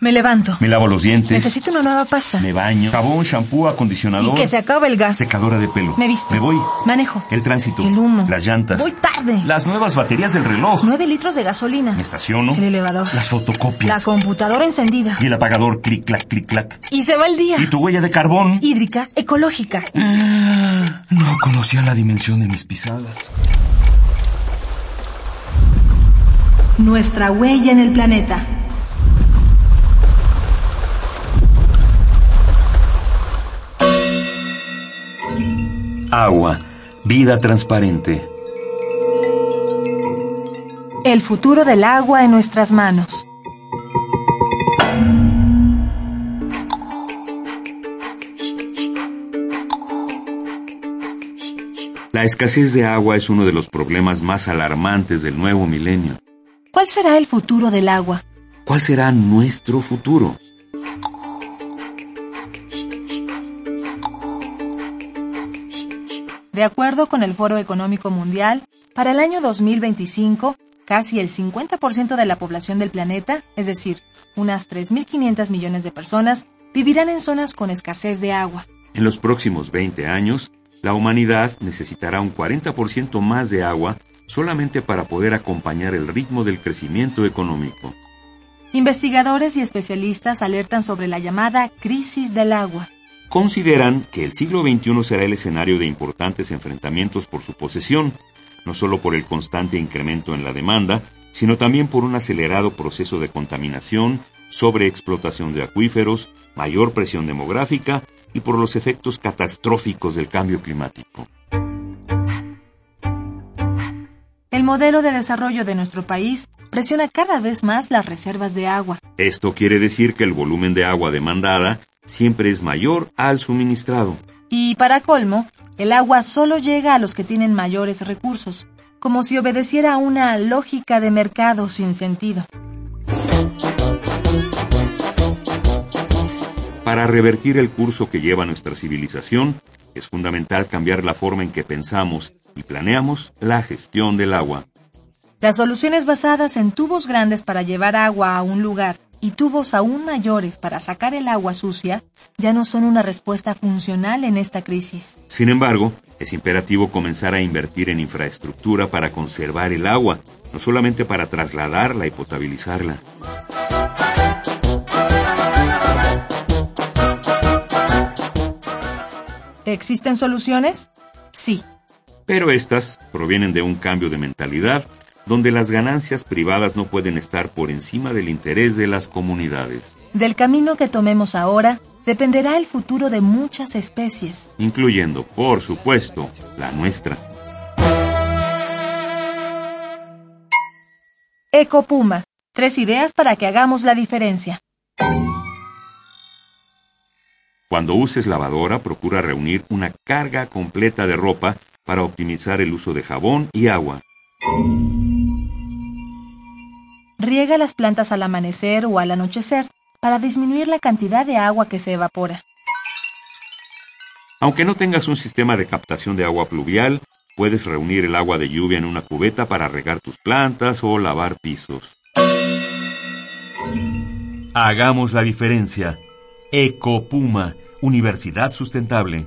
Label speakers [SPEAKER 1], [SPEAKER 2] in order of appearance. [SPEAKER 1] Me levanto.
[SPEAKER 2] Me lavo los dientes.
[SPEAKER 1] Necesito una nueva pasta.
[SPEAKER 2] Me baño. Jabón, shampoo, acondicionador.
[SPEAKER 1] Y que se acabe el gas.
[SPEAKER 2] Secadora de pelo.
[SPEAKER 1] Me visto.
[SPEAKER 2] Me voy.
[SPEAKER 1] Manejo.
[SPEAKER 2] El tránsito.
[SPEAKER 1] El humo.
[SPEAKER 2] Las llantas.
[SPEAKER 1] Voy tarde.
[SPEAKER 2] Las nuevas baterías del reloj.
[SPEAKER 1] Nueve litros de gasolina.
[SPEAKER 2] Me estaciono.
[SPEAKER 1] El elevador.
[SPEAKER 2] Las fotocopias.
[SPEAKER 1] La computadora encendida.
[SPEAKER 2] Y el apagador. Clic, clac, clic, clac.
[SPEAKER 1] Y se va el día.
[SPEAKER 2] Y Mm. tu huella de carbón.
[SPEAKER 1] Hídrica, ecológica.
[SPEAKER 2] No conocía la dimensión de mis pisadas.
[SPEAKER 3] Nuestra huella en el planeta.
[SPEAKER 2] Agua, vida transparente.
[SPEAKER 3] El futuro del agua en nuestras manos.
[SPEAKER 2] La escasez de agua es uno de los problemas más alarmantes del nuevo milenio.
[SPEAKER 3] ¿Cuál será el futuro del agua?
[SPEAKER 2] ¿Cuál será nuestro futuro?
[SPEAKER 3] De acuerdo con el Foro Económico Mundial, para el año 2025, casi el 50% de la población del planeta, es decir, unas 3.500 millones de personas, vivirán en zonas con escasez de agua.
[SPEAKER 2] En los próximos 20 años, la humanidad necesitará un 40% más de agua solamente para poder acompañar el ritmo del crecimiento económico.
[SPEAKER 3] Investigadores y especialistas alertan sobre la llamada crisis del agua.
[SPEAKER 2] Consideran que el siglo XXI será el escenario de importantes enfrentamientos por su posesión, no solo por el constante incremento en la demanda, sino también por un acelerado proceso de contaminación, sobreexplotación de acuíferos, mayor presión demográfica y por los efectos catastróficos del cambio climático.
[SPEAKER 3] El modelo de desarrollo de nuestro país presiona cada vez más las reservas de agua.
[SPEAKER 2] Esto quiere decir que el volumen de agua demandada siempre es mayor al suministrado.
[SPEAKER 3] Y para colmo, el agua solo llega a los que tienen mayores recursos, como si obedeciera a una lógica de mercado sin sentido.
[SPEAKER 2] Para revertir el curso que lleva nuestra civilización, es fundamental cambiar la forma en que pensamos y planeamos la gestión del agua.
[SPEAKER 3] Las soluciones basadas en tubos grandes para llevar agua a un lugar y tubos aún mayores para sacar el agua sucia ya no son una respuesta funcional en esta crisis.
[SPEAKER 2] Sin embargo, es imperativo comenzar a invertir en infraestructura para conservar el agua, no solamente para trasladarla y potabilizarla.
[SPEAKER 3] ¿Existen soluciones? Sí.
[SPEAKER 2] Pero estas provienen de un cambio de mentalidad donde las ganancias privadas no pueden estar por encima del interés de las comunidades.
[SPEAKER 3] Del camino que tomemos ahora dependerá el futuro de muchas especies,
[SPEAKER 2] incluyendo, por supuesto, la nuestra.
[SPEAKER 3] Ecopuma, tres ideas para que hagamos la diferencia.
[SPEAKER 2] Cuando uses lavadora, procura reunir una carga completa de ropa para optimizar el uso de jabón y agua.
[SPEAKER 3] Riega las plantas al amanecer o al anochecer para disminuir la cantidad de agua que se evapora.
[SPEAKER 2] Aunque no tengas un sistema de captación de agua pluvial, puedes reunir el agua de lluvia en una cubeta para regar tus plantas o lavar pisos. Hagamos la diferencia. Ecopuma, Universidad Sustentable.